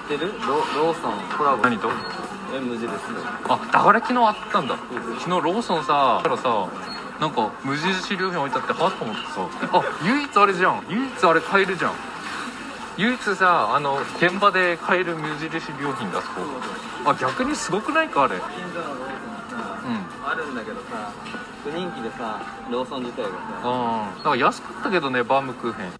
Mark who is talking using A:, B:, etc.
A: ってるロローソンコラボ
B: 何と
A: え無地ですね
B: あだから昨日あったんだ昨日ローソンさからさなんか無印良品置いてあってはっと思ってさあ唯一あれじゃん唯一あれ買えるじゃん唯一さあの現場で買える無印良品だそこあ逆にすごくないかあれうん
A: 近所のローソンさあるんだけどさ不人気でさローソン自体がさ
B: あーなんか安かったけどねバームクーヘン